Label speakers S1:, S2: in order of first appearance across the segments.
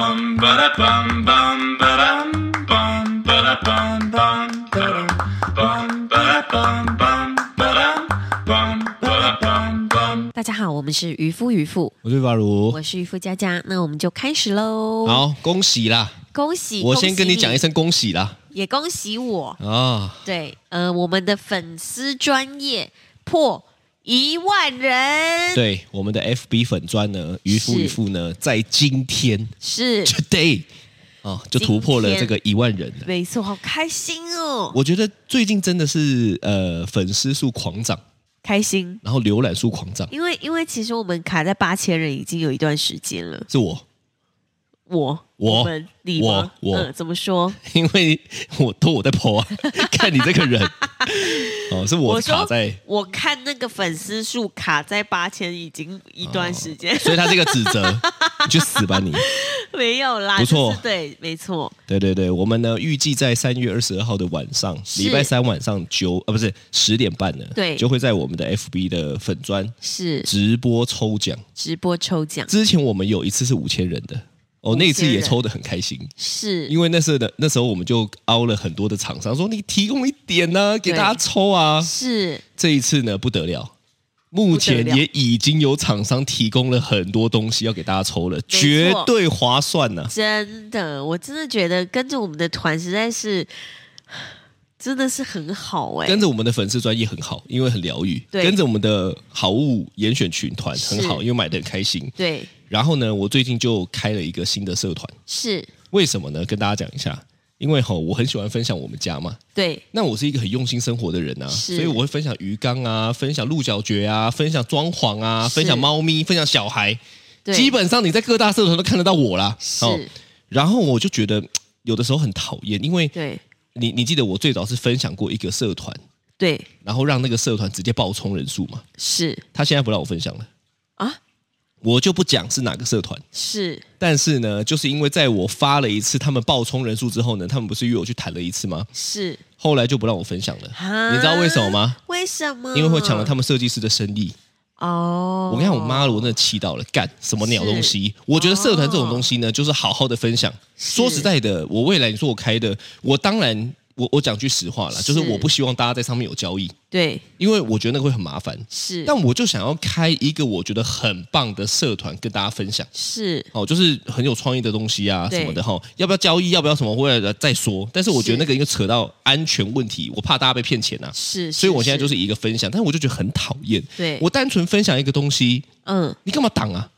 S1: ba da bum bum ba dum bum ba da bum bum ba dum bum ba da bum bum ba dum bum ba da bum bum.
S2: 大家好，我们是渔夫渔妇，
S3: 我是法如
S2: 我。是渔夫佳佳，那我们就开始喽。，
S3: 好，恭喜啦！
S2: 恭喜！
S3: 我先跟你讲一
S2: 声，
S3: 声恭喜啦！
S2: 也恭喜我。
S3: 啊，
S2: 对，呃，我们的粉丝专业破一万人，
S3: 对，我们的 FB 粉砖呢，渔夫
S2: 是
S3: 渔妇呢，在今天
S2: 是
S3: today 啊，就突破了这个一万人了。
S2: 没错，好开心哦，
S3: 我觉得最近真的是呃，粉丝数狂涨，
S2: 开心。
S3: 然后浏览数狂涨，
S2: 因为因为其实我们卡在八千人已经有一段时间了，
S3: 是我，
S2: 我
S3: 我
S2: 们你
S3: 我
S2: 吗
S3: 我
S2: 嗯、怎么说？
S3: 因为我都我在 po 啊， 看你这个人，哦，是我
S2: 我说
S3: 卡在，
S2: 我看那个粉丝数卡在八千已经一
S3: 哦
S2: 段时间，
S3: 所以他这个指责，你去死吧你！
S2: 没有啦，
S3: 不错
S2: 就是对，没错，
S3: 对对对，我们呢预计在三月二十二号的晚上，
S2: 是
S3: 礼拜三晚上九呃不是十点半呢，
S2: 对
S3: 就会在我们的 FB 的粉砖
S2: 是
S3: 直播抽奖。
S2: 直播抽奖
S3: 之前我们有一次是五千人的，哦
S2: 5000，
S3: 那一次也抽的很开心，
S2: 是
S3: 因为那时候的那时候我们就凹了很多的厂商说你提供一点呢、给
S2: 对
S3: 大家抽啊。
S2: 是
S3: 这一次呢不得了。目前
S2: 不得了
S3: 也已经有厂商提供了很多东西要给大家抽了，
S2: 错
S3: 绝对划算呐、
S2: 真的，我真的觉得跟着我们的团实在是真的是很好哎、
S3: 跟着我们的粉丝专业很好，因为很疗愈；
S2: 对
S3: 跟着我们的好物严选群团很好，
S2: 是
S3: 因为买的很开心。
S2: 对，
S3: 然后呢，我最近就开了一个新的社团，
S2: 是，
S3: 为什么呢？跟大家讲一下，因为吼、我很喜欢分享我们家嘛。
S2: 对，
S3: 那我是一个很用心生活的人啊，
S2: 是
S3: 所以我会分享鱼缸啊，分享鹿角蕨啊，分享装潢啊，
S2: 是
S3: 分享猫咪，分享小孩。
S2: 对，
S3: 基本哦上你在各大社团都看得到我啦。
S2: 是，
S3: 然后我就觉得有的时候很讨厌，因为
S2: 对，
S3: 你你记得我最早是分享过一个社团，
S2: 对，
S3: 然后让那个社团直接爆冲人数嘛。
S2: 是
S3: 他现在不让我分享了
S2: 啊，
S3: 我就不讲是哪个社团。
S2: 是，
S3: 但是呢，就是因为在我发了一次他们爆冲人数之后呢，他们不是约我去谈了一次吗？
S2: 是，
S3: 后来就不让我分享了，
S2: 啊
S3: 你知道为什么吗？
S2: 为什么？
S3: 因为会抢了他
S2: 们
S3: 们设计师的生意。
S2: 嗯哦。
S3: 我跟你讲，我妈了，我真的气到了，干什么鸟东西？我觉得社团这种东西
S2: 哦
S3: 呢，就是好好的分享。说实在的，我未来你说我开的，我当然我我讲句实话啦，
S2: 是
S3: 就是我不希望大家在上面有交易，
S2: 对
S3: 因为我觉得那个会很麻烦。
S2: 是，
S3: 但我就想要开一个我觉得很棒的社团跟大家分享。
S2: 是
S3: 哦，就是很有创意的东西啊
S2: 对
S3: 什么的哈、要不要交易，要不要什么，未来再说。但是我觉得
S2: 是
S3: 那个应该扯到安全问题，我怕大家被骗钱呐、啊，
S2: 是，
S3: 所以我现在就是以一个分享，但是我就觉得很讨厌。
S2: 对
S3: 我单纯分享一个东西，
S2: 嗯，
S3: 你干嘛挡啊？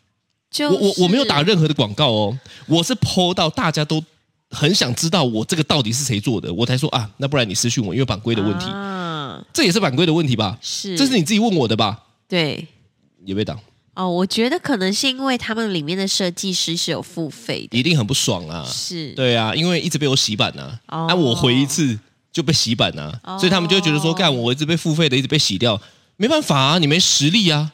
S2: 就
S3: 我我我没有打
S2: 是
S3: 任何的广告哦，我是 PO 到大家都很想知道我这个到底是谁做的，我才说啊，那不然你私讯我，因为版规的问题，
S2: 啊，
S3: 这也是版规的问题吧？
S2: 是，
S3: 这是你自己问我的吧？
S2: 对
S3: 也被挡，
S2: 哦。我觉得可能是因为他们里面的设计师是有付费的，
S3: 一定很不爽啊！
S2: 是，
S3: 对啊，因为一直被我洗版呐、啊，
S2: 哦
S3: 我回一次就被洗版呐、
S2: 哦
S3: 所以他们就会觉得说，干我一直被付费的，一直被洗掉，没办法啊，你没实 力啊，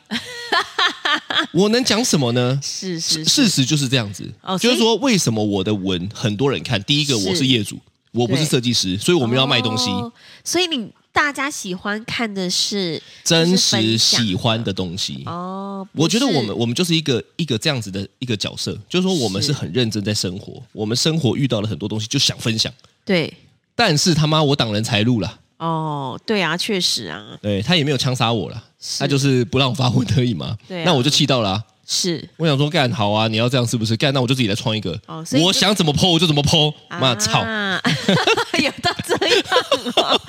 S3: 我能讲什么呢？
S2: 是是是
S3: 事实就是这样子，
S2: 哦
S3: 就
S2: 所以
S3: 是说为什么我的文很多人看？第一个
S2: 是
S3: 我是业主，我不是
S2: 对
S3: 设计师，所以我们要卖东西，
S2: 哦所以你大家喜欢看的是
S3: 真
S2: 就是
S3: 实
S2: 分享
S3: 喜欢的东西。
S2: 哦。不
S3: 我觉得我们
S2: 是
S3: 我们就是一个一个这样子的一个角色，就是说我们
S2: 是
S3: 是很认真在生活，我们生活遇到了很多东西就想分享，
S2: 对
S3: 但是他妈我挡人财路了，
S2: 哦，对啊，确实啊，
S3: 对他也没有枪杀我了，
S2: 是
S3: 他就是不让我发文而已嘛，
S2: 对啊
S3: 那我就气到了啊、
S2: 是
S3: 我想说干好啊，你要这样是不是？干那我就自己来创一个，
S2: 哦所以
S3: 我
S2: 就
S3: 想怎么剖我就怎么剖，妈、
S2: 啊
S3: 操！
S2: 有到这样哦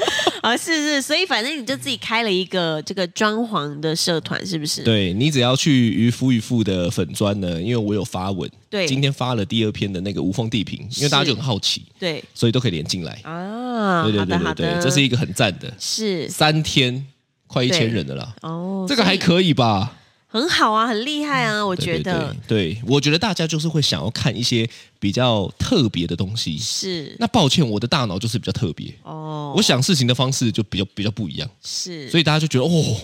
S2: 啊，是是，所以反正你就自己开了一个这个装潢的社团，是不是？
S3: 对你只要去渔夫渔妇的粉砖呢，因为我有发文，
S2: 对
S3: 今天发了第二篇的那个无缝地平，因为大家就很好奇，
S2: 对
S3: 所以都可以连进来。
S2: 啊，
S3: 对对对
S2: 好的好
S3: 对对，
S2: 的，
S3: 这是一个很赞的，
S2: 是
S3: 三天快一
S2: 对
S3: 千人的啦，
S2: 哦，
S3: 这个还
S2: 所以
S3: 可以吧？
S2: 很好啊，很厉害啊，我
S3: 嗯对
S2: 觉
S3: 对
S2: 得
S3: 对，对我觉得大家就是会想要看一些比较特别的东西。
S2: 是
S3: 那抱歉，我的大脑就是比较特别，
S2: 哦，
S3: 我想事情的方式就比较比较不一样，
S2: 是，
S3: 所
S2: 以
S3: 以大家就觉得哦，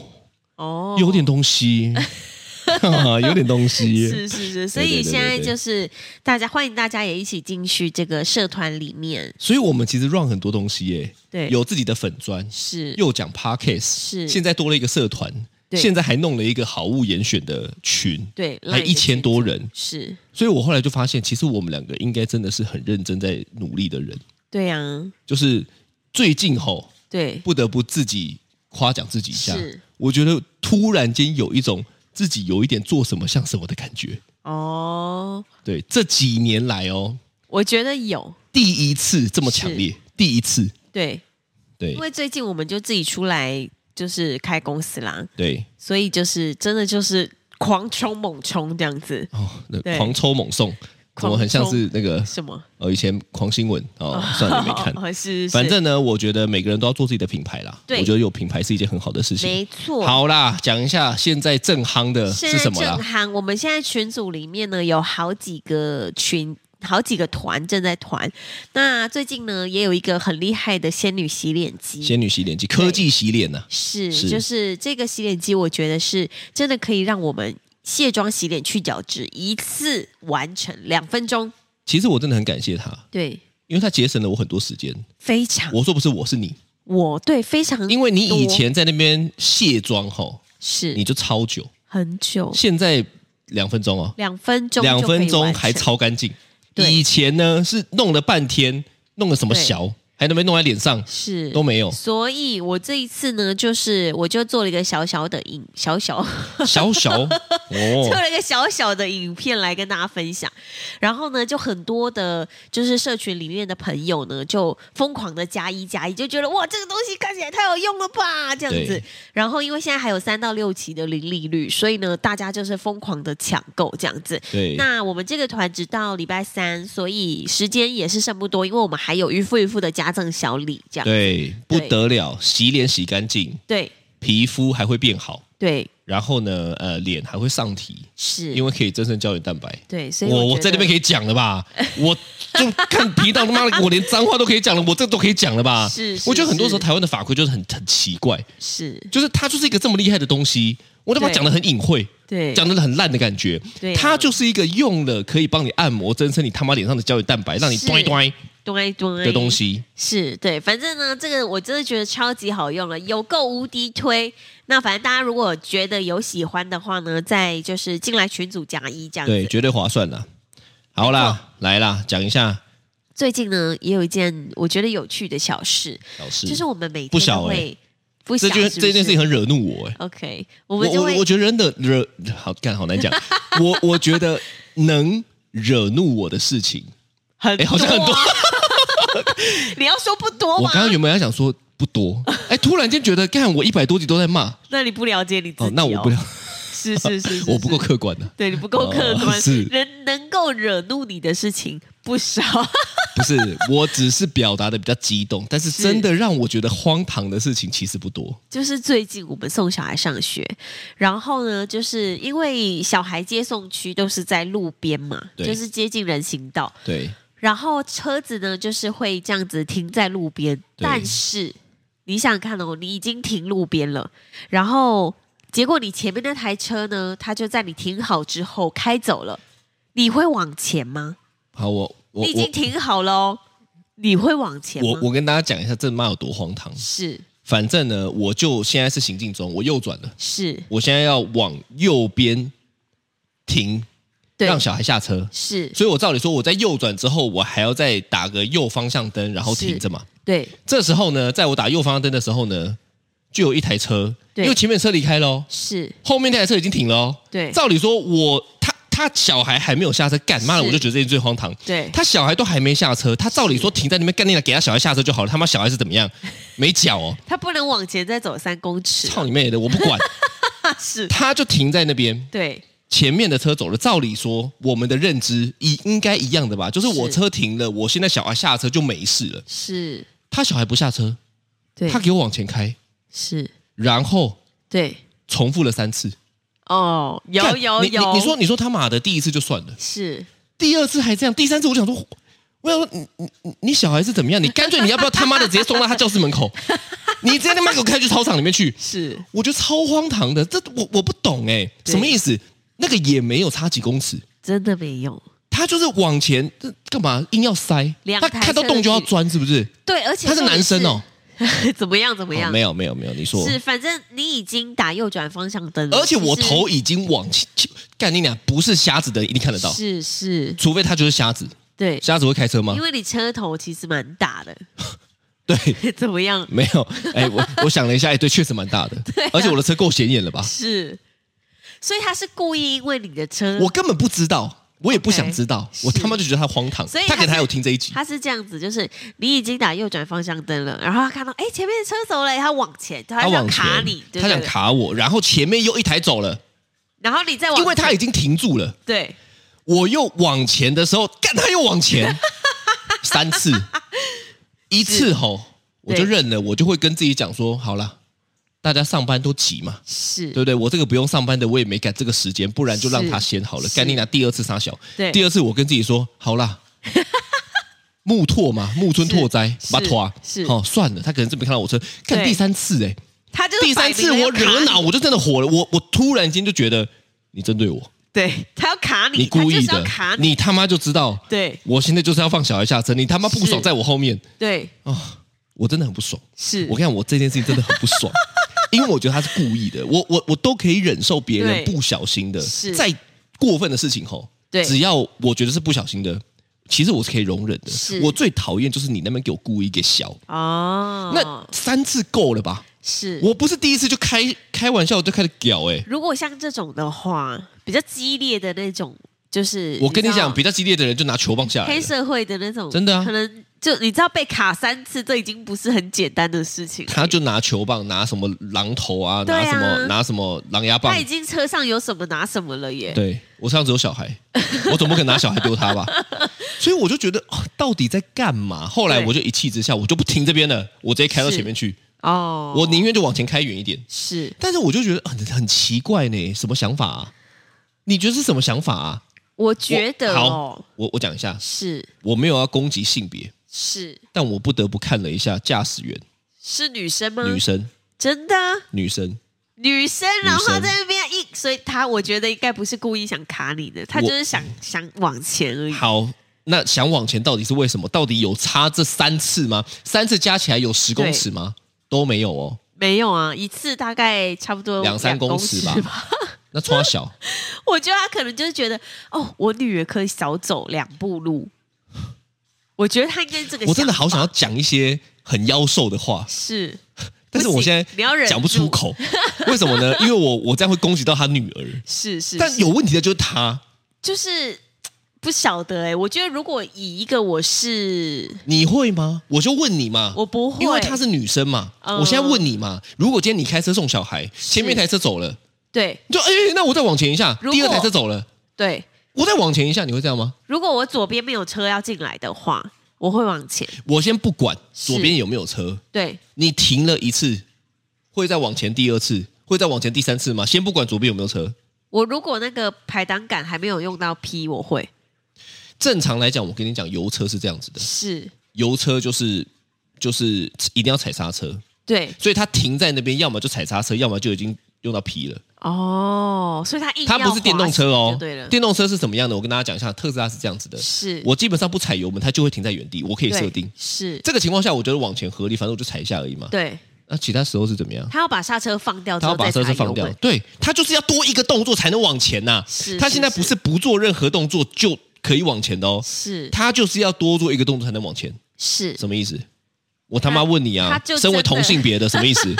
S2: 哦
S3: 有点东 西，哈哈，有点东西，
S2: 是是是，所以
S3: 对对对对
S2: 现在
S3: 对
S2: 就是大家欢迎大家也一起进去这个社团里面，
S3: 所以我们其实 run 很多东西耶、
S2: 对，
S3: 有自己的粉砖，
S2: 是
S3: 又讲 podcast，
S2: 是
S3: 现在多了一个社团，
S2: 对
S3: 现在还弄了一个好物严选的群，
S2: 对，
S3: 还
S2: Line 的
S3: 一千多
S2: 群组
S3: 人，
S2: 是，
S3: 所以我后来就发现，其实我们两个应该真的是很认真在努力的人，
S2: 对呀、
S3: 就是最近吼，
S2: 对，
S3: 不得不自己夸奖自己一下
S2: 是，
S3: 我觉得突然间有一种自己有一点做什么像什么的感觉。
S2: 哦，
S3: 对，这几年来哦，
S2: 我觉得有，
S3: 第一次这么强烈，第一次，
S2: 对，
S3: 对
S2: 因为最近我们就自己出来就是开公司啦，
S3: 对，
S2: 所以就是真的就是狂冲猛冲这样子，
S3: 哦，那
S2: 对
S3: 狂抽猛送，怎么
S2: 狂
S3: 很像
S2: 抽
S3: 是那个
S2: 什么？
S3: 呃以前狂新闻哦，算了没看。
S2: 是是，
S3: 反正呢，我觉得每个人都要做自己的品牌啦。
S2: 对
S3: 我觉得有品牌是一件很好的事情。
S2: 没错。
S3: 好啦，讲一下现在正夯 的
S2: 现
S3: 是
S2: 在
S3: 什
S2: 正
S3: 么啦？
S2: 夯，我们现在群组里面呢有好几个群。好几个团正在团，那最近呢也有一个很厉害的仙女洗脸机，
S3: 仙女洗脸机，科技洗脸呐、啊
S2: 是，
S3: 是
S2: 就是这个洗脸机，我觉得是真的可以让我们卸妆、洗脸、去角质一次完成，两分钟，
S3: 其实我真的很感谢他，
S2: 对，
S3: 因为他节省了我很多时间。
S2: 非常，我
S3: 我说不是我是你，
S2: 对非常，
S3: 因为你以前在那边卸妆吼，你
S2: 是
S3: 就超久，
S2: 很久，
S3: 现在两分钟哦，
S2: 两分钟，
S3: 两分钟还，超干净。
S2: 对
S3: 以前呢是弄了半天，弄了什么
S2: 对
S3: 小，还能没弄在脸上
S2: 是，
S3: 都没有
S2: 所以我这一次呢，就是我就做了一个小小的影，小小
S3: 哦小小
S2: 做
S3: 哦，
S2: 了一个小小的影片来跟大家分享。然后呢，就很多的，就是社群里面的朋友呢，就疯狂的加一加一，就觉得哇，这个东西看起来太有用了吧，这样子
S3: 对。
S2: 然后因为现在还有三到六期的零利率，所以呢，大家就是疯狂的抢购这样子。
S3: 对，
S2: 那我们这个团直到礼拜三，所以时间也是剩不多，因为我们还有一副一副的加赠小礼，这样
S3: 对，不得了，洗脸洗干净，
S2: 对
S3: 皮肤还会变好，
S2: 对
S3: 然后呢，呃，脸还会上提，
S2: 是，
S3: 因为可以增生胶原蛋白。
S2: 对，所以
S3: 我
S2: 我
S3: 我在那边可
S2: 以
S3: 以讲 了吧？我就看皮到他妈的，我连脏话都可以讲了，我这都可以讲了吧？
S2: 是是
S3: 我觉得很多时候
S2: 是
S3: 台湾的法规就是很很奇怪，
S2: 是
S3: 就是它就是一个这么厉害的东西，我他妈
S2: 对
S3: 讲的很隐晦，
S2: 对
S3: 讲的很烂的感觉。
S2: 对啊
S3: 它就是一个用了可以帮你按摩、增生你他妈脸上的胶原蛋白，让你
S2: 是
S3: 端一端
S2: 对对
S3: 的东西。
S2: 是对，反正呢，这个我真的觉得超级好用了，有够无敌推。那反正大家如果觉得有喜欢的话呢，再就是进来群组加一这样
S3: 对，
S2: 子。
S3: 绝对划算啦。好啦，来啦，讲一下
S2: 最近呢，也有一件我觉得有趣的小事，
S3: 老师，
S2: 就是我们每
S3: 不
S2: 天
S3: 小
S2: 都
S3: 欸
S2: 会不
S3: 这
S2: 小
S3: 件
S2: 是不
S3: 这件
S2: 是
S3: 事情很惹怒我哎、
S2: OK，我
S3: 我
S2: 们就会
S3: 我我觉得人的惹好干好难讲， 我我觉得能惹怒我的事情，
S2: 很
S3: 哎好像很多
S2: 啊。 你要说不多
S3: 我
S2: 吗？
S3: 刚刚原本要想说不 多，哎，突然间觉得干我一百多集都在骂
S2: 那你不了解你自己、
S3: 哦，那我不了，
S2: 是是 是是
S3: 我不够
S2: 是
S3: 客观啊呢、
S2: 对你不够客观，
S3: 哦是
S2: 人能够惹怒你的事情不 少。
S3: 不是，我只是表达的比较激动，但是真的让我觉得荒唐的事情其实不多。
S2: 就是最近我们送小孩上学，然后呢，就是因为小孩接送区都是在路边嘛，
S3: 对
S2: 就是接近人行道，
S3: 对，
S2: 然后车子呢就是会这样子停在路边，
S3: 对
S2: 但是你想想看哦，你已经停路边了，然后结果你前面那台车呢，它就在你停好之后开走了，你会往前吗？
S3: 好，我我
S2: 你已经
S3: 我
S2: 停好了哦，你会往前吗？
S3: 我我跟大家讲一下这骂有多荒唐。
S2: 是
S3: 反正呢，我就现在是行进中，我右转了，
S2: 是，
S3: 我现在要往右边停，
S2: 对，
S3: 让小孩下车。
S2: 是
S3: 所以我照理说，我在右转之后，我还要再打个右方向灯，然后停着嘛。
S2: 对
S3: 这时候呢，在我打右方向灯的时候呢，就有一台车，
S2: 对
S3: 因为前面车离开喽，
S2: 是，
S3: 后面那台车已经停了哦。
S2: 对
S3: 照理说我他他小孩还没有下车，干妈的，
S2: 是
S3: 我就觉得这件事最荒唐。
S2: 对
S3: 他小孩都还没下车，他照理说停在那边干那个，给他小孩下车就好了。他妈小孩是怎么样？没脚哦，
S2: 他不能往前再走三公尺，
S3: 操你妹的，我不 管，
S2: 是，
S3: 他就停在那边。
S2: 对
S3: 前面的车走了，照理说我们的认知一应该一样的吧？就是我
S2: 是
S3: 车停了，我现在小孩下车就没事了。
S2: 是，
S3: 他小孩不下车，
S2: 对
S3: 他给我往前开，
S2: 是，
S3: 然后
S2: 对
S3: 重复了三次。
S2: 哦，有
S3: 干
S2: 有
S3: 你你
S2: 有，
S3: 你说你说他妈的第一次就算了，
S2: 是
S3: 第二次还这样，第三次我就想说，我想说你你你你小孩是怎么样？你干脆你要不要他妈的直接送到他教室门 口？你直接他妈给我开去操场里面去！
S2: 是
S3: 我觉得超荒唐的，这我我不懂哎、
S2: 对
S3: 什么意思？那个也没有差几公尺，
S2: 真的没用，
S3: 他就是往前这干嘛硬要塞？
S2: 两
S3: 他
S2: 台
S3: 看到
S2: 车的
S3: 洞就要
S2: 距
S3: 钻，是不是？
S2: 对，而且
S3: 他是
S2: 重点
S3: 男生哦，
S2: 怎么样？怎么
S3: 哦
S2: 样？
S3: 没有没有没有，你说。
S2: 是，反正你已经打右转方向灯了，
S3: 而且我
S2: 其实
S3: 头已经往前干你俩，不是瞎子的一定看得到，
S2: 是是，
S3: 除非他就是啊瞎子。
S2: 对，
S3: 瞎子会开车吗
S2: 因？为你车头其实蛮大的，
S3: 对，
S2: 怎么样？
S3: 没有。 哎，我我想了一下，哎，对，确实蛮大 的，而且我的车够显眼了吧？
S2: 啊是，所以他是故意因为你的车，
S3: 我根本不知道，我也不
S2: OK，
S3: 想知道，我
S2: 是
S3: 他妈就觉得他荒唐。
S2: 所以
S3: 他可能
S2: 他
S3: 还
S2: 是
S3: 有听这一集，
S2: 他是这样子，就是你已经打右转方向灯了，然后他看到哎前面的车走了，他往前，他
S3: 他
S2: 想
S3: 往
S2: 卡
S3: 前
S2: 你，对，
S3: 他
S2: 不
S3: 想
S2: 对，
S3: 卡我，然后前面又一台走了，
S2: 然后你再往前，
S3: 因为他已经停住了。
S2: 对
S3: 我又往前的时候，干他又 往前三次，一次吼我就
S2: 对
S3: 认了，我就会跟自己讲说，好了，大家上班都急嘛，
S2: 是
S3: 对不对？我这个不用上班的，我也没赶这个时间，不然就让
S2: 是
S3: 他先好了。
S2: 是
S3: 干你拿第二次杀小，
S2: 对
S3: 第二次我跟自己说，好 啦。木拓嘛，木村拓哉，
S2: 是
S3: 把他拖
S2: 是
S3: 哦，算了，他可能真没看到我车。看
S2: 对
S3: 第三次、哎，
S2: 他就是
S3: 第三次
S2: 摆明
S3: 我
S2: 了要卡
S3: 惹
S2: 你
S3: 恼，我就真的火了。我我突然间就觉得你针对我，
S2: 对他要卡你，
S3: 你故意
S2: 他就是要
S3: 的
S2: 卡，你，
S3: 你他妈就知道。
S2: 对
S3: 我现在就是要放小孩下车，你他妈不爽
S2: 是
S3: 在我后面
S2: 对
S3: 啊、我真的很不爽。
S2: 是，
S3: 我跟你讲，我这件事情真的很不 爽，因为我觉得他是故意的，我我我都可以忍受别人
S2: 对
S3: 不小心的，
S2: 是
S3: 再过分的事情吼，
S2: 对
S3: 只要我觉得是不小心的，其实我是可以容忍的
S2: 是。
S3: 我最讨厌就是你那边给我故意给小，
S2: 哦，
S3: 那三次够了吧？
S2: 是
S3: 我不是第一次就开开玩笑我就开始屌哎、欸
S2: 如果像这种的话，比较激烈的那种，就是
S3: 我跟你
S2: 知道
S3: 讲，比较激烈的人就拿球棒下来了
S2: 黑社会的那种，
S3: 真的啊
S2: 可能就你知道被卡三次，这已经不是很简单的事情了。
S3: 他就拿球棒，拿什么榔头啊，
S2: 对啊
S3: 拿什么拿什么狼牙棒
S2: 他已。经车上有什么拿什么了耶。
S3: 对我身上只有小孩， 我总不可能拿小孩丢他吧？所以我就觉得、哦到底在干嘛？后来
S2: 对
S3: 我就一气之下，我就不停这边了，我直接开到前面去，
S2: 哦，
S3: 我宁愿就往前开远一点。
S2: 是
S3: 但是我就觉得很很奇怪呢，什么想法啊？你觉得是什么想法啊？
S2: 我觉得
S3: 我
S2: 哦
S3: 好，，我我讲一下，
S2: 是
S3: 我没有要攻击性别，
S2: 是
S3: 但我不得不看了一下驾驶员，
S2: 是女生吗？
S3: 女生，
S2: 真的啊
S3: 女生，
S2: 女生，然后
S3: 女生
S2: 在那边一，所以他我觉得应该不是故意想卡你的，他
S3: 我
S2: 就是想想往前而已。
S3: 好，那想往前到底是为什么？到底有差这三次吗？三次加起来有十公尺吗？都没有哦。
S2: 没有啊，一次大概差不多
S3: 两三
S2: 公
S3: 公尺吧
S2: 吧
S3: 那差小，
S2: 我觉得他可能就是觉得，哦，我女儿可以少走两步路。我觉得他应该是 这个想法，
S3: 我真的好想要讲一些很妖兽的话，
S2: 是，
S3: 但是
S2: 不行
S3: 我现
S2: 你要忍
S3: 在讲不出
S2: 住
S3: 口，为什 么呢？因为我我这样会攻击到他女儿。
S2: 是是，
S3: 但
S2: 是
S3: 有问题的就是他，
S2: 就是不晓得哎、我觉得如果以一个我是
S3: 你会吗？我就问你嘛，
S2: 我不会，
S3: 因为她是女生嘛。
S2: 嗯
S3: 我现在问你嘛，如果今天你开车送小孩，前面一台车走了，
S2: 对
S3: 你就哎，那我再往前一下，
S2: 如果
S3: 第二台车走了，
S2: 对，
S3: 我再往前一下，你会这样吗？
S2: 如果我左边没有车要进来的话，我会往前，
S3: 我先不管
S2: 是
S3: 左边有没有车，
S2: 对，
S3: 你停了一次，会再往前第二次，会再往前第三次吗？先不管左边有没有车，
S2: 我如果那个排挡杆还没有用到 P，我会
S3: 正常来讲，我跟你讲，油车是这样子的，
S2: 是，
S3: 油车就是就是一定要踩刹车，
S2: 对，
S3: 所以它停在那边，要么就踩刹车，要么就已经用到皮了。
S2: 哦，所以他硬
S3: 它
S2: 要
S3: 不是电动
S2: 滑行
S3: 车哦
S2: 就，对了，
S3: 电动车是怎么样的？我跟大家讲一下，特斯拉是这样子的，
S2: 是
S3: 我基本上不踩油门，它就会停在原地，我可以
S2: 对
S3: 设定。
S2: 是，
S3: 这个情况下，我觉得往前合理，反正我就踩一下而已嘛。
S2: 对，
S3: 那其他时候是怎么样？
S2: 他要把刹车放掉之
S3: 他
S2: 后
S3: 要
S2: 再踩
S3: 把车
S2: 油
S3: 子
S2: 门，
S3: 放掉，对他就是要多一个动作才能往前呐、
S2: 是
S3: 他现在不是不做任何动作就可以往前的哦，
S2: 是
S3: 他就是要多做一个动作才能往前，
S2: 是
S3: 什么意思？我他妈问你
S2: 他
S3: 啊
S2: 就，
S3: 身为
S2: 真的
S3: 同性别的什么意 思？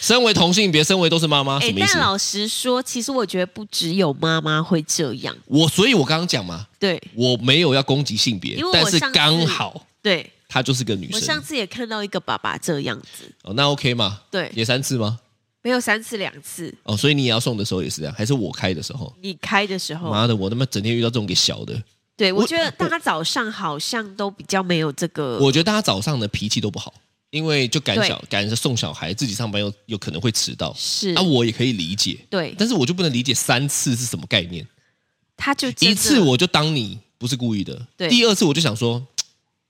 S3: 身为同性别，身为都是妈妈，
S2: 哎、
S3: 什么意思
S2: 但？老实说，其实我觉得不只有妈妈会这样，
S3: 我所以，我刚刚讲嘛，
S2: 对
S3: 我没有要攻击性别
S2: 因为，我
S3: 但是
S2: 上次
S3: 刚好
S2: 对。
S3: 她就是个女
S2: 我上
S3: 生，
S2: 次也看到一个爸爸这样子，
S3: 哦，那 OK 嘛？
S2: 对
S3: 也三次吗？
S2: 没有三次两次，
S3: 哦，所以你也要送的时候也是这样，还是我开的时候？
S2: 你开的时候，
S3: 妈的，我他妈整天遇到这种给小的，
S2: 对
S3: 我
S2: 我觉得大家早上好像都比较没有这个，
S3: 我觉得大家早上的脾气都不好，因为就赶小
S2: 对
S3: 赶着送小孩，自己上班又有可能会迟到。
S2: 是、
S3: 啊，我也可以理解，
S2: 对，
S3: 但是我就不能理解三次是什么概念。
S2: 他就真的
S3: 一次我就当你不是故意的，
S2: 对
S3: 第二次我就想说，嘖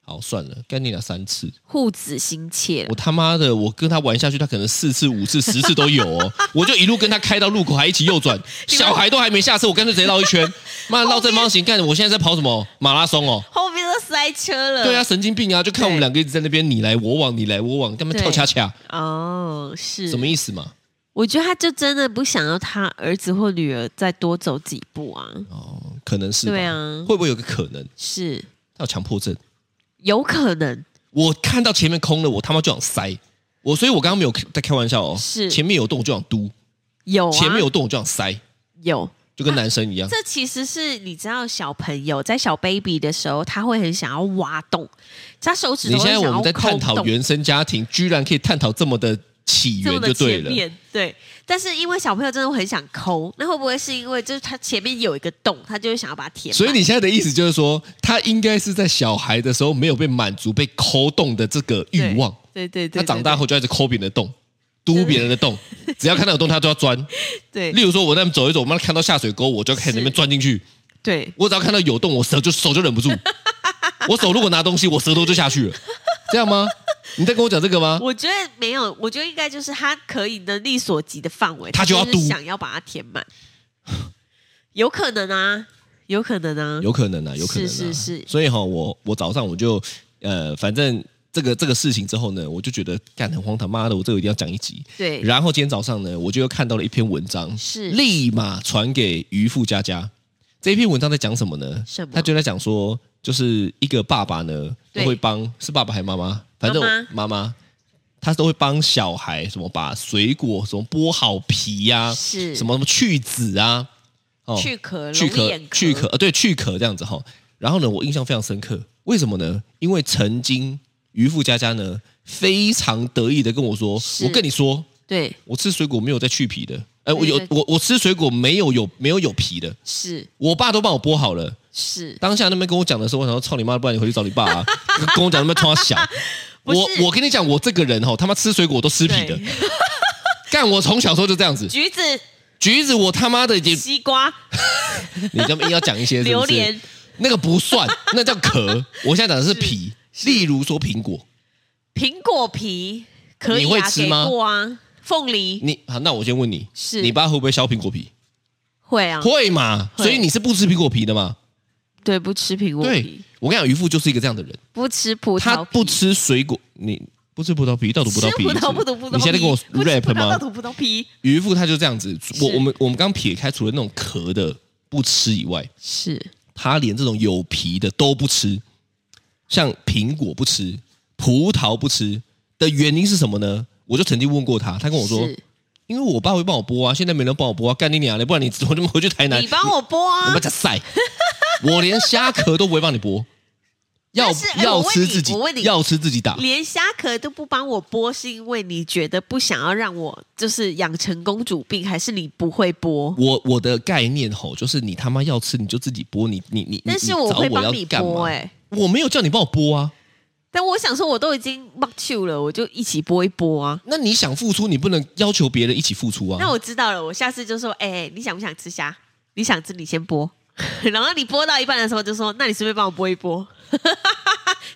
S3: 好算了，干你俩三次，
S2: 护子心切了
S3: 我，他妈的，我跟他玩下去，他可能四次、五次、十次都 有哦，我就一路跟他开到路口，还一起右转，小 孩都还没下车，我干脆直接绕一圈，妈的绕正方形，干！我现在在跑什么马拉松哦？
S2: 后面都塞塞车了。
S3: 对啊，，神经病啊！就看我们两个一直在那边你来我往，你来我往，他们
S2: 对
S3: 跳恰恰，
S2: 哦，是
S3: 什么？意思嘛？
S2: 我觉得他就真的不想要他儿子或女儿再多走几步啊，
S3: 哦，可能是吧
S2: 对啊
S3: 会不会有个可能
S2: 是
S3: 他有强迫症？
S2: 有可能
S3: 我看到前面空了，我他妈就想塞我，所以我刚刚没有在开玩笑哦，
S2: 是
S3: 前面有洞我就想嘟，
S2: 有、啊，啊
S3: 前面有洞我就想塞，
S2: 有。
S3: 就跟男生一样。
S2: 这其实是你知道，小朋友在小 baby 的时候，他会很想要挖洞，他手指
S3: 你
S2: 头会
S3: 现在
S2: 想
S3: 我
S2: 要
S3: 们在探
S2: 抠
S3: 讨
S2: 洞。
S3: 原生家庭，居然可以探讨这么的起
S2: 这么
S3: 源
S2: 的
S3: 就对
S2: 前
S3: 了。
S2: 面对，但是因为小朋友真的会很想抠，那会不会是因为就是他前面有一个洞，他就会想要把它填满？
S3: 所以你现在的意思就是说，他应该是在小孩的时候没有被满足、被抠洞的这个
S2: 对
S3: 欲望，
S2: 对对对，
S3: 他
S2: 对
S3: 长大后就开始抠别人 的洞。嘟别人的洞，只要看到有洞，他就要钻。
S2: 对
S3: 例如说，我在那边走一走，我妈看到下水沟，我就开始那边钻进去。
S2: 对
S3: 我只要看到有洞，我手就手就 忍不住。我手如果拿东西，我舌头就下去了，这样吗？你在跟我讲这个吗？
S2: 我觉得没有，我觉得应该就是他可以能力所及的范围，
S3: 他就要
S2: 是
S3: 嘟
S2: 想要把它填满，有可能啊，有可能啊，
S3: 有可能啊，有可能、
S2: 是
S3: 啊、
S2: 是是
S3: 所以哈、我我早上我就呃，反正这个这个事情之后呢，我就觉得干很荒唐，妈的，我这个一定要讲一集。
S2: 对，
S3: 然后今天早上呢，我就又看到了一篇文章，
S2: 是
S3: 立马传给渔夫佳佳。这篇文章在讲什么呢？
S2: 什么
S3: 他就在讲说，就是一个爸爸呢，
S2: 对
S3: 都会帮是爸爸还是妈妈，反正我
S2: 妈
S3: 妈妈，他都会帮小孩什么把水果什么剥好皮呀、
S2: 是
S3: 什么什么去籽啊，哦
S2: 去壳、
S3: 去
S2: 龙
S3: 壳
S2: 眼、
S3: 去壳，呃，对，去壳这样子哈。然后呢，我印象非常深刻，为什么呢？因为曾经渔夫佳佳呢非常得意的跟我说：“
S2: 是
S3: 我跟你说，
S2: 对，
S3: 我吃水果没有在去皮的，哎、我有
S2: 对对
S3: 我我吃水果没有有没有有皮的，
S2: 是
S3: 我爸都帮我剥好了。”
S2: 是，
S3: 当下那边跟我讲的时候，我想说：“操你妈，不然你回去找你 爸啊！”跟我讲那边冲他小，
S2: 不是
S3: 我我跟你讲，我这个人哦，他妈吃水果都吃皮 的
S2: 对，
S3: 干我从小时候就这样子，
S2: 橘 子、
S3: 橘子我他妈 的也
S2: 西瓜、
S3: 你这么硬要讲一些是不是
S2: 榴莲，
S3: 那个不算，那叫壳。 我现在讲的是皮，例如说苹果，
S2: 苹果皮可以
S3: 你会
S2: 啊，
S3: 吃
S2: 给
S3: 吗
S2: 过啊，凤梨
S3: 你好，那我先问你，
S2: 是
S3: 你爸会不会削苹果皮？
S2: 会啊，
S3: 会嘛？
S2: 会
S3: 所以你是不吃苹果皮的嘛？
S2: 对，不吃苹果
S3: 对
S2: 皮，，
S3: 我跟你讲，渔夫就是一个这样的人，
S2: 不吃葡
S3: 他
S2: 萄皮，
S3: 不吃水果，你不吃葡萄皮，倒吐葡萄
S2: 吃
S3: 皮，
S2: 葡萄不吐葡萄皮，
S3: 你现在在跟我
S2: 不吃
S3: rap
S2: 葡萄
S3: 吗
S2: 倒？吐葡萄皮
S3: 渔夫他就这样子，我
S2: 是
S3: 我们我们刚撇开除了那种壳的不吃以外，
S2: 是
S3: 他连这种有皮的都不吃，像苹果不吃，葡萄不吃的原因是什么呢？我就曾经问过他，他跟我说
S2: 是，
S3: 因为我爸会帮我剥啊，现在没人帮我剥啊，干你娘的，不然你我就回去台南，
S2: 你帮我剥
S3: 你，你
S2: 啊
S3: 们。家晒，我连虾壳都不会帮你剥，要
S2: 但是哎
S3: 要
S2: 我问
S3: 吃
S2: 你
S3: 自己
S2: 我问，你
S3: 要吃自己打，
S2: 连虾壳都不帮我剥，是因为你觉得不想要让我就是养成公主病，还是你不会剥？
S3: 我我的概念吼，就是你他妈要吃你就自己剥，你你你，
S2: 但
S3: 你
S2: 是我会
S3: 找我要
S2: 帮你
S3: 干
S2: 剥
S3: 嘛
S2: 哎、
S3: 我没有叫你帮我剥啊，
S2: 但我想说，我都已经 mark 去了，我就一起剥一剥啊。
S3: 那你想付出，你不能要求别人一起付出啊。
S2: 那我知道了，我下次就说，哎、你想不想吃虾？你想吃，你先剥。 然后你剥到一半的时候，就说，那你顺便帮我剥一剥。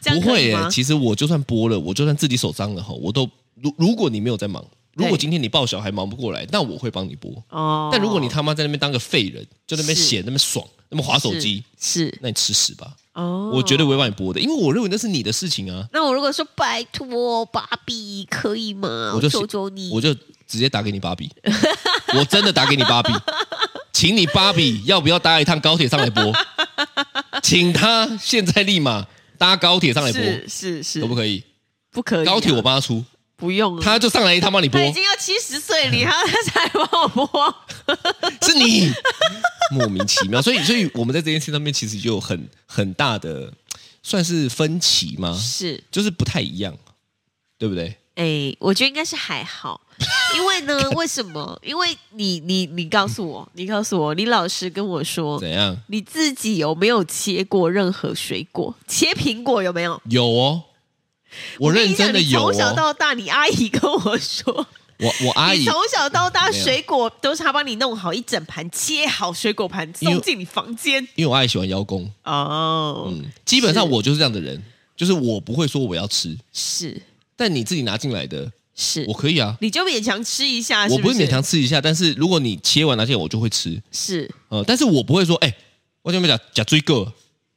S2: 这样
S3: 不
S2: 可
S3: 会
S2: 以
S3: 耶、
S2: 吗？
S3: 其实我就算播了，我就算自己手脏了哈，我都如如果你没有在忙，如果
S2: 对
S3: 今天你抱小孩忙不过来，那我会帮你播。
S2: 哦
S3: 但如果你他妈在那边当个废人，就那边
S2: 是
S3: 闲，那边爽，那么划手机，
S2: 是是
S3: 那你吃屎吧！
S2: 哦，
S3: 我绝对。不会帮你播的，因为我认为那是你的事情啊。
S2: 那我如果说拜托芭比可以吗？
S3: 我就
S2: 求求你，
S3: 我就直接打给你芭比， 我真的打给你芭比，请你芭比要不要搭一趟高铁上来播？请他现在立马搭高铁上来播，
S2: 是是是，
S3: 可不可以？
S2: 不可以、啊
S3: 高铁我帮他出，
S2: 不用啊，
S3: 他就上来一趟帮你播啊
S2: 他。已经要七十岁了，你还要他才帮我剥，
S3: 是你，莫名其妙。所以，所以我们在这件事上面其实就有很很大的算是分歧吗？
S2: 是
S3: 就是不太一样，对不对？
S2: 哎、我觉得应该是还好，因为呢，为什么？因为你你你告诉我，你告诉我，你老实跟我说
S3: 怎，样？
S2: 你自己有没有切过任何水果？切苹果有没有？
S3: 有哦，我认真的
S2: 跟你讲你
S3: 有
S2: 从小
S3: 哦。
S2: 到大，你阿姨跟我说，
S3: 我我 阿
S2: 你
S3: 姨，
S2: 从小到大
S3: 没有
S2: 水果都是她帮你弄好一整盘，切好水果盘
S3: 因为
S2: 送进你房间。
S3: 因为我阿姨喜欢邀功，
S2: 哦，
S3: 嗯，基本上
S2: 是
S3: 我就是这样的人，就是我不会说我要吃，
S2: 是
S3: 但你自己拿进来的，
S2: 是
S3: 我，可以啊。
S2: 你就勉强吃一下，
S3: 我
S2: 是
S3: 不
S2: 不
S3: 是
S2: 是
S3: 勉强吃一下，但是如果你切完拿进来，我就会吃。
S2: 是
S3: 呃，但是我不会说，哎、我就没讲讲追个，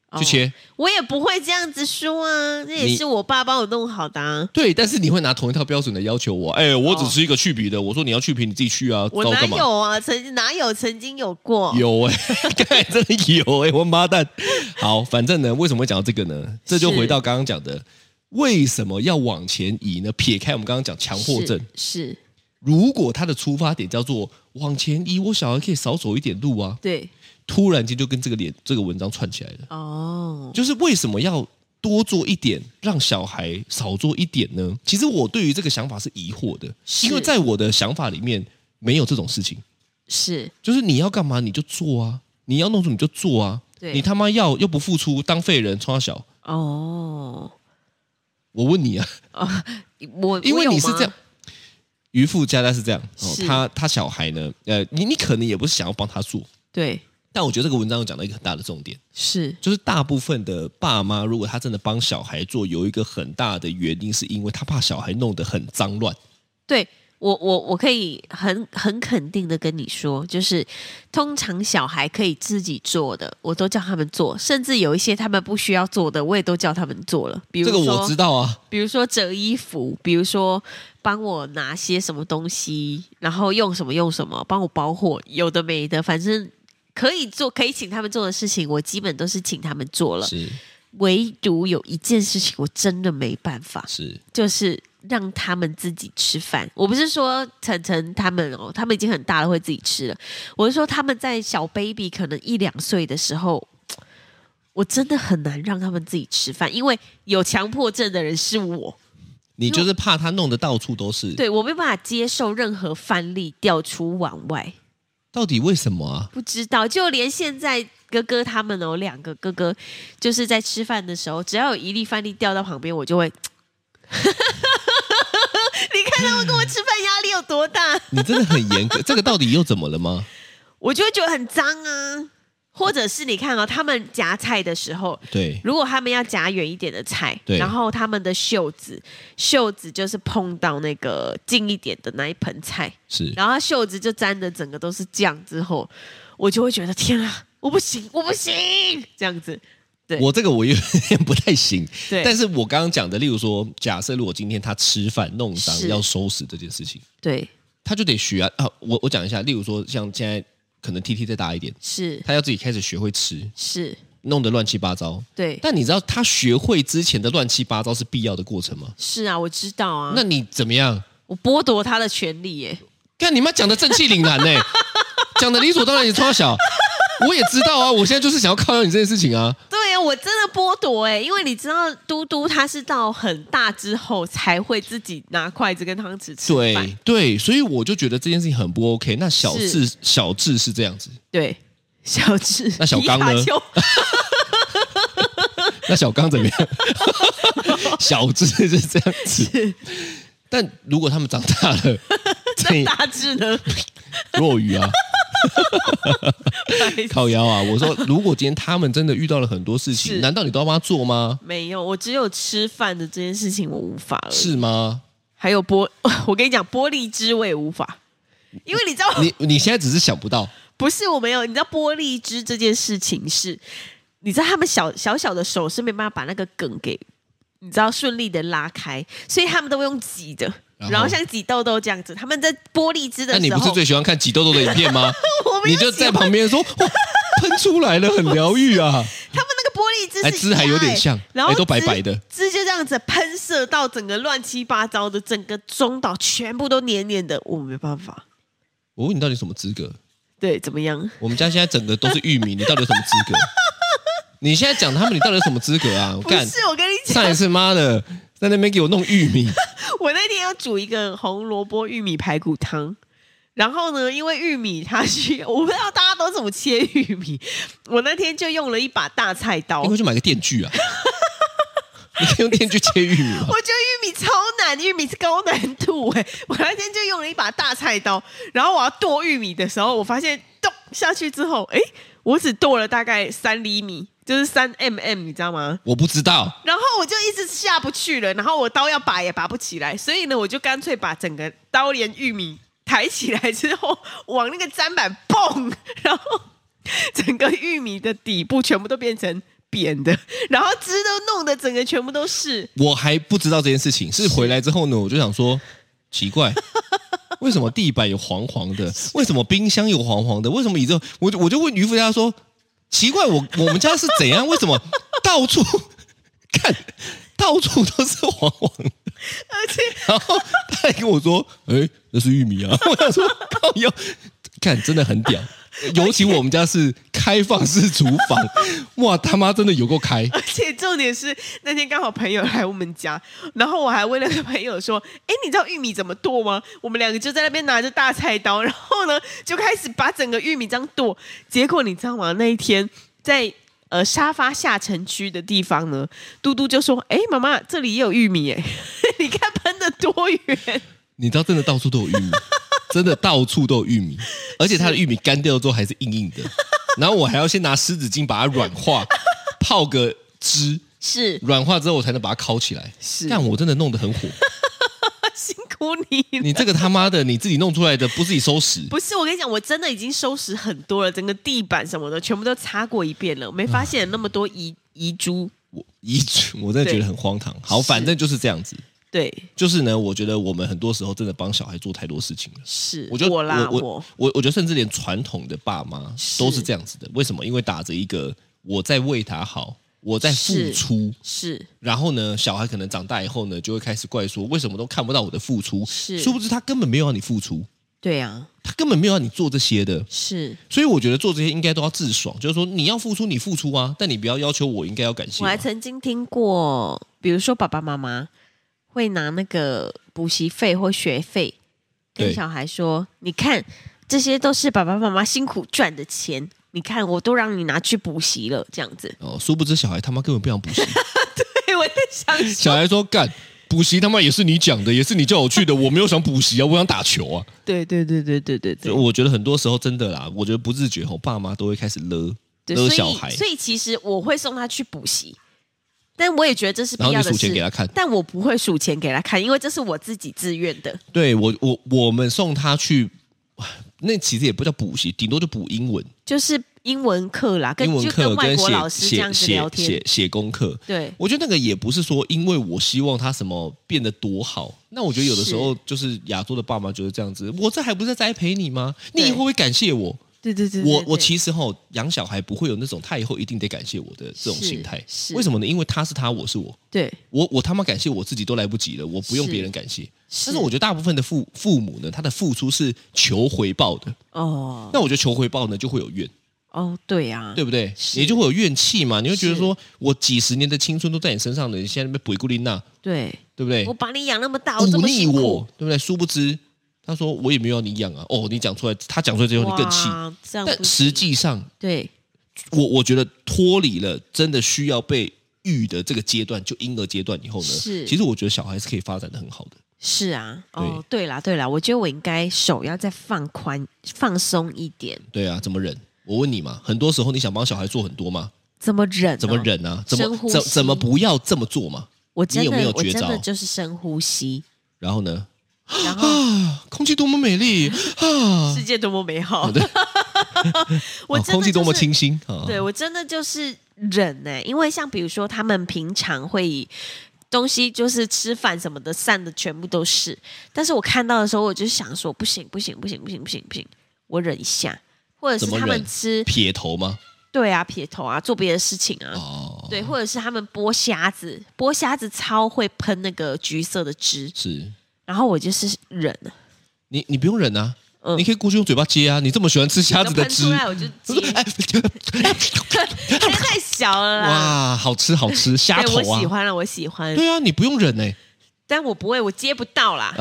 S2: 哦
S3: 去切。
S2: 我也不会这样子说啊，那也
S3: 你
S2: 是我爸帮我弄好的啊。
S3: 对，但是你会拿同一套标准来要求我？哎，我只吃一个去皮的，我说你要去皮你自己去啊，
S2: 哦我
S3: 找
S2: 哪
S3: 干嘛？
S2: 有啊？曾哪有曾经有过？
S3: 有哎、 刚才真的有哎、王八蛋。好，反正呢，为什么会讲到这个呢？这就是回到刚刚讲的，为什么要往前移呢？撇开我们刚刚讲强迫症，
S2: 是是
S3: 如果他的出发点叫做往前移，我小孩可以少走一点路啊，
S2: 对
S3: 突然间就跟这个脸这个文章串起来了，
S2: 哦，
S3: 就是为什么要？多做一点，让小孩少做一点呢？其实我对于这个想法是疑惑的，
S2: 是
S3: 因为在我的想法里面没有这种事情。
S2: 是
S3: 就是你要干嘛你就做啊，你要弄什么你就做啊，
S2: 对
S3: 你他妈要又不付出，当废人，从小。
S2: 哦
S3: 我问你啊，
S2: 哦，我
S3: 因为
S2: 我有
S3: 你是
S2: 吗
S3: 这样，渔夫家家是这样，哦、
S2: 是
S3: 他他小孩呢，呃，你你可能也不是想要帮他做，
S2: 对
S3: 但我觉得这个文章有讲到一个很大的重点，
S2: 是
S3: 就是大部分的爸妈如果他真的帮小孩做，有一个很大的原因是因为他怕小孩弄得很脏乱，
S2: 对我我我可以很很肯定的跟你说，就是通常小孩可以自己做的，我都叫他们做，甚至有一些他们不需要做的，我也都叫他们做了。比如
S3: 这
S2: 说，
S3: 个我知道 啊，
S2: 比如说折衣服，比如说帮我拿些什么东西，然后用什么用什么，帮我包货，有的没的，反正可以做可以请他们做的事情，我基本都是请他们做了。
S3: 是
S2: 唯独有一件事情，我真的没办法，
S3: 是，
S2: 就是让他们自己吃饭。我不是说晨晨他们哦，他们已经很大了会自己吃了，我是说他们在小 baby 可能一两岁的时候。我真的很难让他们自己吃饭，因为有强迫症的人是我，
S3: 你就是怕他弄得到处都是，
S2: 对我没办法接受任何范例掉出碗外。
S3: 到底为什么啊？
S2: 不知道，就连现在哥哥他们哦，两个哥哥就是在吃饭的时候，只要有一粒饭粒掉到旁边，我就会。 你看他们跟我吃饭压力有多大，
S3: 你真的很 严格，这个到底又怎么了吗？
S2: 我就会觉得很脏啊。或者是你看哦，他们夹菜的时候，
S3: 对，
S2: 如果他们要夹远一点的菜，
S3: 对
S2: 然后他们的袖子，袖子就是碰到那个近一点的那一盆菜，
S3: 是
S2: 然后他袖子就沾的整个都是酱之后，我就会觉得天啊，我不行，我不行，这样子。对
S3: 我这个我有 点不太行，
S2: 对
S3: 但是我刚刚讲的，例如说，假设如果今天他吃饭弄脏
S2: 是
S3: 要收拾这件事情，
S2: 对，
S3: 他就得学啊啊！我我讲一下，例如说，像现在可能 T T 再大一点，
S2: 是
S3: 他要自己开始学会吃，
S2: 是，
S3: 弄得乱七八糟。
S2: 对，
S3: 但你知道他学会之前的乱七八糟是必要的过程吗？
S2: 是啊，我知道啊。
S3: 那你怎么样？
S2: 我剥夺他的权利耶，
S3: 看你妈讲的正气凛然 呢、讲的理所当然，你从小。我也知道啊，我现在就是想要靠到你这件事情啊。
S2: 对呀，我真的剥夺哎，因为你知道嘟嘟他是到很大之后才会自己拿筷子跟汤匙吃饭，
S3: 对对，所以我就觉得这件事情很不 OK。那小
S2: 是
S3: 智小智是这样子，
S2: 对，小智，
S3: 那小 刚呢
S2: 皮卡丘
S3: 那小刚怎么 样？小智是这样子。但如果他们长大 了，
S2: 那
S3: 这
S2: 大智呢？
S3: 落雨啊，
S2: 白痴
S3: 靠腰啊！我说，如果今天他们真的遇到了很多事
S2: 是
S3: 情，难道你都要帮他做吗？
S2: 没有，我只有吃饭的这件事情我无法而已。
S3: 是吗？
S2: 还有玻， 我跟你讲，玻璃汁我也无法，因为你知道，
S3: 你你现在只是想不到，
S2: 不是我没有，你知道玻璃汁这件事情是，你知道他们小小小的手是没办法把那个梗给，你知道顺利的拉开，所以他们都会用挤的，
S3: 然
S2: 然
S3: 后
S2: 后像挤痘痘这样子。他们在玻璃汁的
S3: 那你
S2: 时
S3: 不是
S2: 候，
S3: 最喜欢看挤痘痘的影片吗？
S2: 我们
S3: 你就在
S2: 他们
S3: 旁边说，哇，喷出来了，很疗愈啊！
S2: 那个玻璃汁
S3: 哎
S2: 是
S3: 汁还有点
S2: 压哎
S3: 像
S2: 然后
S3: 哎都白
S2: 汁
S3: 白的
S2: 汁就这样子喷射到整个乱七八糟的，整个中岛全部都黏黏的，我没办法。
S3: 我哦问你到底什么资格？
S2: 对，怎么样？
S3: 我们家现在整个都是玉米，你到底有什么资 格？你现在讲他们，你到底有什么资格啊？我
S2: 不
S3: 干，
S2: 是，我跟你讲，
S3: 上一次妈的在那边给我弄玉米，
S2: 我那天要煮一个红萝卜玉米排骨汤，然后呢，因为玉米它需 要，我不知道大家都怎么切玉米，我那天就用了一把大菜刀，
S3: 你
S2: 我
S3: 会去买个 电锯啊？你可以用电锯切玉米吗？
S2: 觉得玉米超难，玉米是高难度哎、我那天就用了一把大菜刀，然后我要剁玉米的时候，我发现咚下去之后，哎，我只剁了大概三厘米，就是三 mm，你知道吗？
S3: 我不知道，
S2: 然后我就一直下不去了，然后我刀要拔也拔不起来，所以呢，我就干脆把整个刀连玉米抬起来之后，往那个砧板蹦，然后整个玉米的底部全部都变成扁的，然后汁都弄得整个全部都是。
S3: 我还不知道这件事情，是回来之后呢，我就想说，奇怪，为什么地板有黄黄的？为什么冰箱有黄黄的？为什么椅子？我就我就问渔夫家说，奇怪，我我们家是怎样？为什么到处 看到处都是黄黄的？
S2: 而且
S3: 然后他还跟我说，哎，那是玉米啊！ 我想说，靠腰，看真的很屌。尤其我们家是开放式厨房，哇他妈真的有够开！
S2: 而且重点是那天刚好朋友来我们家，然后我还问那个朋友说：“哎，你知道玉米怎么剁吗？”我们两个就在那边拿着大菜刀，然后呢就开始把整个玉米这样剁。结果你知道吗？那一天在呃沙发下城区的地方呢，嘟嘟就说：“哎，妈妈，这里也有玉米哎， 你看喷的多远。”
S3: 你知道，真的到处都有玉米，真的到处都有玉米，而且它的玉米干掉之后还是硬硬的。然后我还要先拿湿纸巾把它软化，泡个汁，
S2: 是
S3: 软化之后我才能把它烤起来。
S2: 是
S3: 但我真的弄得很火。
S2: 辛苦你了。
S3: 你这个他妈的，你自己弄出来的不自己收拾，
S2: 不是，我跟你讲，我真的已经收拾很多了，整个地板什么的全部都擦过一遍了，没发现有那么多遗遗珠。
S3: 我一直我真的觉得很荒唐。好，反正就是这样子。
S2: 对，
S3: 就是呢，我觉得我们很多时候真的帮小孩做太多事情了。
S2: 是
S3: 我觉得
S2: 我啦，
S3: 我
S2: 我
S3: 我我觉得甚至连传统的爸妈都是这样子的。为什么？因为打着一个我在为他好，我在付
S2: 是
S3: 出，
S2: 是
S3: 然后呢，小孩可能长大以后呢，就会开始怪说为什么都看不到我的付出，
S2: 是
S3: 殊不知他根本没有让你付出，
S2: 对啊，
S3: 他根本没有让你做这些的。
S2: 是
S3: 所以我觉得做这些应该都要自爽，就是说你要付出，你付出啊，但你不要要求我应该要感谢
S2: 我
S3: 啊、
S2: 还曾经听过，比如说爸爸妈妈会拿那个补习费或学费跟
S3: 对
S2: 小孩说：“你看，这些都是爸爸妈妈辛苦赚的钱，你看我都让你拿去补习了。”这样 子，
S3: 哦，殊不知小孩他妈根本不想补习。
S2: 对，我在 想说
S3: 小孩说干补习他妈也是你讲的，也是你叫我去的，我没有想补习啊，我想打球啊。
S2: 对对对对对对对
S3: 就，我觉得很多时候真的啦，我觉得不自觉吼，爸妈都会开始勒
S2: 对
S3: 勒
S2: 所以
S3: 小孩，
S2: 所以其实我会送他去补习，但我也觉得这是必
S3: 然后
S2: 要
S3: 你
S2: 的
S3: 数钱
S2: 事。
S3: 给他看。
S2: 但我不会数钱给他看，因为这是我自己自愿的。
S3: 对我我我们送他去，哇那其实也不叫补习，顶多就补英文，
S2: 就是英文课啦，跟
S3: 英文
S2: 就
S3: 课
S2: 跟外
S3: 跟
S2: 国
S3: 写
S2: 老师这
S3: 写
S2: 样子
S3: 写
S2: 聊
S3: 写
S2: 天，
S3: 写功课。
S2: 对，
S3: 我觉得那个也不是说因为我希望他什么变得多好，那我觉得有的时候就是亚洲的爸妈就是这样子，我这还不是在栽培你吗？你以
S2: 对
S3: 后会感谢我。
S2: 对对对
S3: 我我
S2: 实
S3: 其实吼养小孩不会有那种他以后一定得感谢我的这种心态，
S2: 是是
S3: 为什么呢？因为他是他，我是我，
S2: 对
S3: 我我他妈感谢我自己都来不及了，我不用
S2: 是
S3: 别人感谢。
S2: 是
S3: 但是我觉得大部分的父父母呢，他的付出是求回报的，
S2: 哦
S3: 那我觉得求回报呢就会有怨，
S2: 哦对啊，
S3: 对不对？
S2: 是
S3: 你就会有怨气嘛，你会觉得
S2: 是
S3: 说我几十年的青春都在你身上了，你现在被鬼顾琳娜，
S2: 对
S3: 对不对
S2: 我？把你养那么大，我这
S3: 忤
S2: 么
S3: 逆
S2: 辛
S3: 我
S2: 苦，，
S3: 对不对？殊不知他说我也没有要你养啊，哦，你讲出来，他讲出来之后你更气，
S2: 哇，这样
S3: 但
S2: 不行
S3: 实际上
S2: 对
S3: 我我觉得脱离了真的需要被育的这个阶段，就婴儿阶段以后呢，
S2: 是
S3: 其实我觉得小孩是可以发展的很好的。
S2: 是啊，哦对啦对啦，我觉得我应该手要再放宽放松一点，
S3: 对啊，怎么忍？我问你嘛，很多时候你想帮小孩做很多嘛，
S2: 怎么忍？哦
S3: 怎么？忍啊？怎
S2: 深
S3: 么
S2: 呼
S3: 怎
S2: 吸
S3: 怎么不要这么做嘛？
S2: 我真
S3: 你有
S2: 的
S3: 没有
S2: 我
S3: 绝
S2: 真的
S3: 招
S2: 就是深呼 吸，
S3: 然后呢？
S2: 然后
S3: 啊，空气多么美丽啊！
S2: 世界多么美好，
S3: 对
S2: 哦我
S3: 啊
S2: 真的
S3: 空气多么
S2: 就是
S3: 清新啊！
S2: 对我真的就是忍呢、欸因为像比如说他们平常会东西就是吃饭什么的散的全部都是，但是我看到的时候我就想说不行不行不行不行不行不行，我忍一下，或者
S3: 怎
S2: 是
S3: 么
S2: 他们
S3: 忍
S2: 吃
S3: 撇头吗？
S2: 对啊撇头啊做别的事情啊，
S3: 哦，
S2: 对，或者是他们剥虾子，剥虾子超会喷那个橘色的汁，
S3: 是
S2: 然后我就是忍了，
S3: 你你不用忍啊，
S2: 嗯
S3: 你可以过去用嘴巴接啊。你这么喜欢吃虾
S2: 然
S3: 子
S2: 后
S3: 的
S2: 喷
S3: 汁
S2: 出，来 我就
S3: 我说
S2: 接，
S3: 哎，
S2: 这太小了啦，
S3: 哇，好吃好吃，虾
S2: 对
S3: 头
S2: 我
S3: 啊
S2: 喜！欢了，我喜欢，
S3: 对啊，你不用忍哎、
S2: 但我不会，我接不到 啦。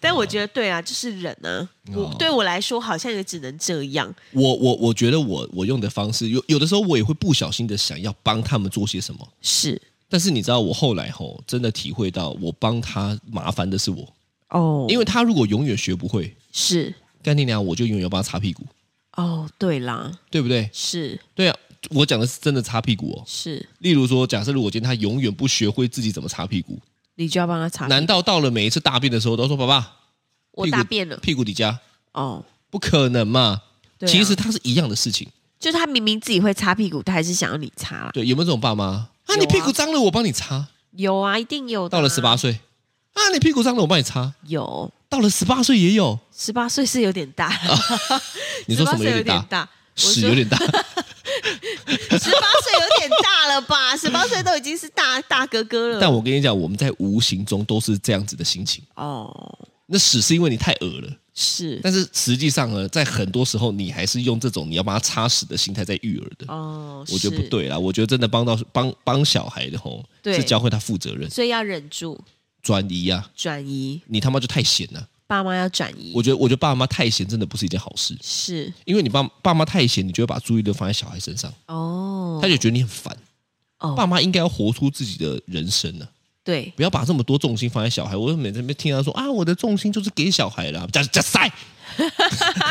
S2: 但我觉得对啊，就是忍啊。我
S3: 哦
S2: 对我来说，好像也只能这样。
S3: 我我我觉得我我用的方式有有的时候我也会不小心的想要帮他们做些什么，
S2: 是
S3: 但是你知道我后来吼真的体会到，我帮他麻烦的是我，
S2: 哦，
S3: 因
S2: 为
S3: 为他如果永远学不会，
S2: 是
S3: 干你娘，我就永远帮他擦屁股，
S2: 哦，对啦，
S3: 对不对？
S2: 是
S3: 对啊，我讲的是真的擦屁股哦。
S2: 是，
S3: 例如说，假设如果今天他永远不学会自己怎么擦屁股，
S2: 你就要帮他擦。
S3: 难道到了每一次大便的时候都说爸爸
S2: 我
S3: 屁股
S2: 大便了
S3: 屁股底加？
S2: 哦，
S3: 不可能嘛！
S2: 对啊
S3: 其实它是一样的事情，
S2: 就是他明明自己会擦屁股，他还是想要你擦啦。
S3: 对，有没有这种爸妈啊？
S2: 有啊
S3: 你屁股脏了，我帮你擦。
S2: 有啊，一定有的啊、
S3: 到了十八岁，啊，你屁股脏了，我帮你擦。
S2: 有，
S3: 到了十八岁也有，
S2: 十八岁是有点大了，
S3: 你说什
S2: 18
S3: 么
S2: 岁
S3: 有点
S2: 有
S3: 大
S2: 点大？我
S3: 屎
S2: 说
S3: 有点大，
S2: 十八岁有点大了吧？十八岁都已经是大大哥哥了。
S3: 但我跟你讲，我们在无形中都是这样子的心情。
S2: 哦，
S3: 那屎是因为你太恶了，
S2: 是
S3: 但是实际上呢，在很多时候你还是用这种你要把它擦屎的心态在育儿的，
S2: 哦，
S3: 我觉得不
S2: 是，
S3: 对啦。我觉得真的帮到帮帮小孩的吼，
S2: 对
S3: 是教会他负责任、
S2: 所以要忍住
S3: 专一啊。
S2: 转移，
S3: 你他妈就太闲了，
S2: 爸妈要转移
S3: 我，觉得我觉得爸妈太闲真的不是一件好事，
S2: 是
S3: 因为你爸爸妈太闲，你就会把注意力放在小孩身上，
S2: 哦，
S3: 他就觉得你很烦。
S2: 哦
S3: 爸妈应该要活出自己的人生啊呢、
S2: 对
S3: 不要把这么多重心放在小孩。我每次听他说啊，我的重心就是给小孩啦，加加塞，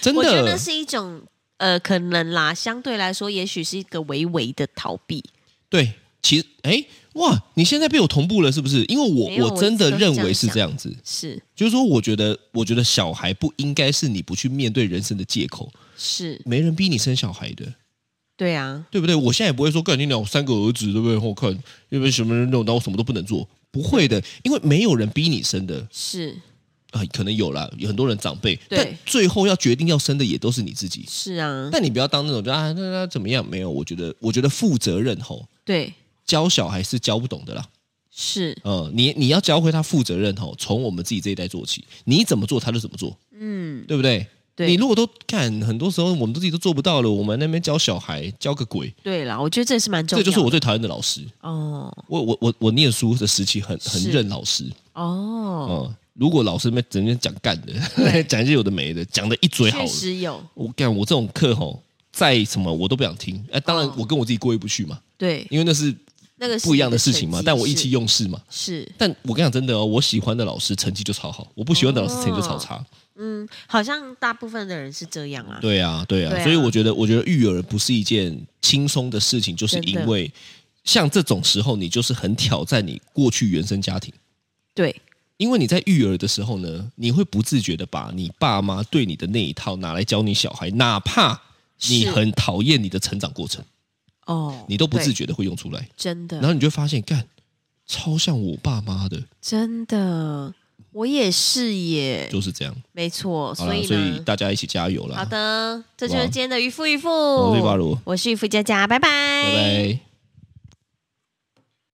S3: 真
S2: 我觉得那
S3: 的
S2: 是一种呃，可能啦，相对来说，也许是一个微微的逃避。
S3: 对。其实，哎，哇，你现在被我同步了，是不是？因为
S2: 没有
S3: 我
S2: 我
S3: 真的
S2: 一直都是
S3: 认
S2: 这样
S3: 为是
S2: 想
S3: 这样子，
S2: 是
S3: 就是说，我觉得，我觉得小孩不应该是你不去面对人生的借口。
S2: 是，
S3: 没人逼你生小孩的，
S2: 对啊，
S3: 对不对？我现在也不会说，干你俩我三个儿子，对不对？我看因为什么人弄到我什么都不能做，不会的，因为没有人逼你生的。
S2: 是
S3: 啊，可能有啦，有很多人长辈，
S2: 对
S3: 但最后要决定要生的也都是你自己。
S2: 是啊，
S3: 但你不要当那种就啊，那那怎么样？没有，我觉得，我觉得负责任吼，
S2: 对，
S3: 教小孩是教不懂的啦。
S2: 是，
S3: 嗯，你你要教会他负责任吼，从我们自己这一代做起，你怎么做他就怎么做，
S2: 嗯，
S3: 对不对？
S2: 对
S3: 你如果都看，很多时候我们都自己都做不到了，我们那边教小孩教个鬼，
S2: 对啦，我觉得这也是蛮重
S3: 这
S2: 要的。
S3: 就是我最讨厌的老师。
S2: 哦
S3: 我我我我念书的时期很很
S2: 是
S3: 认老师，
S2: 哦，
S3: 嗯，如果老师们整天讲干的， 讲一些有的没的，讲的一嘴好
S2: 确
S3: 了。
S2: 实有，
S3: 我干我这种课吼，再什么我都不想听。哎、当然
S2: 哦
S3: 我跟我自己过意不去嘛，
S2: 对，
S3: 因为那是
S2: 那个是
S3: 不一样的
S2: 你
S3: 事情嘛
S2: 成。绩
S3: 但我意气用事嘛。
S2: 是是
S3: 但我跟你讲真的哦，我喜欢的老师成绩就超好，我不喜欢的老师成绩就超差。
S2: 嗯，好像大部分的人是这样啊。
S3: 对啊，对啊，
S2: 对啊
S3: 所以我觉得，我觉得育儿不是一件轻松的事情，就是因为像这种时候，你就是很挑战你过去原生家庭。
S2: 对
S3: 因为你在育儿的时候呢，你会不自觉的把你爸妈对你的那一套拿来教你小孩，哪怕你
S2: 是
S3: 很讨厌你的成长过程，
S2: 哦，
S3: 你都不自
S2: 对，
S3: 觉的会用出来。
S2: 真
S3: 然
S2: 的
S3: 后你就会发现，干超像我爸妈的，
S2: 真的，我也是耶，
S3: 就是这样。
S2: 没错，
S3: 好啦
S2: 所，以
S3: 所以
S2: 呢，
S3: 大家一起加油啦！
S2: 好，的，这就
S3: 好
S2: 是
S3: 吧
S2: 今天的渔夫渔夫，
S3: 我是巴罗，
S2: 我是渔夫佳佳，拜拜，
S3: 拜拜。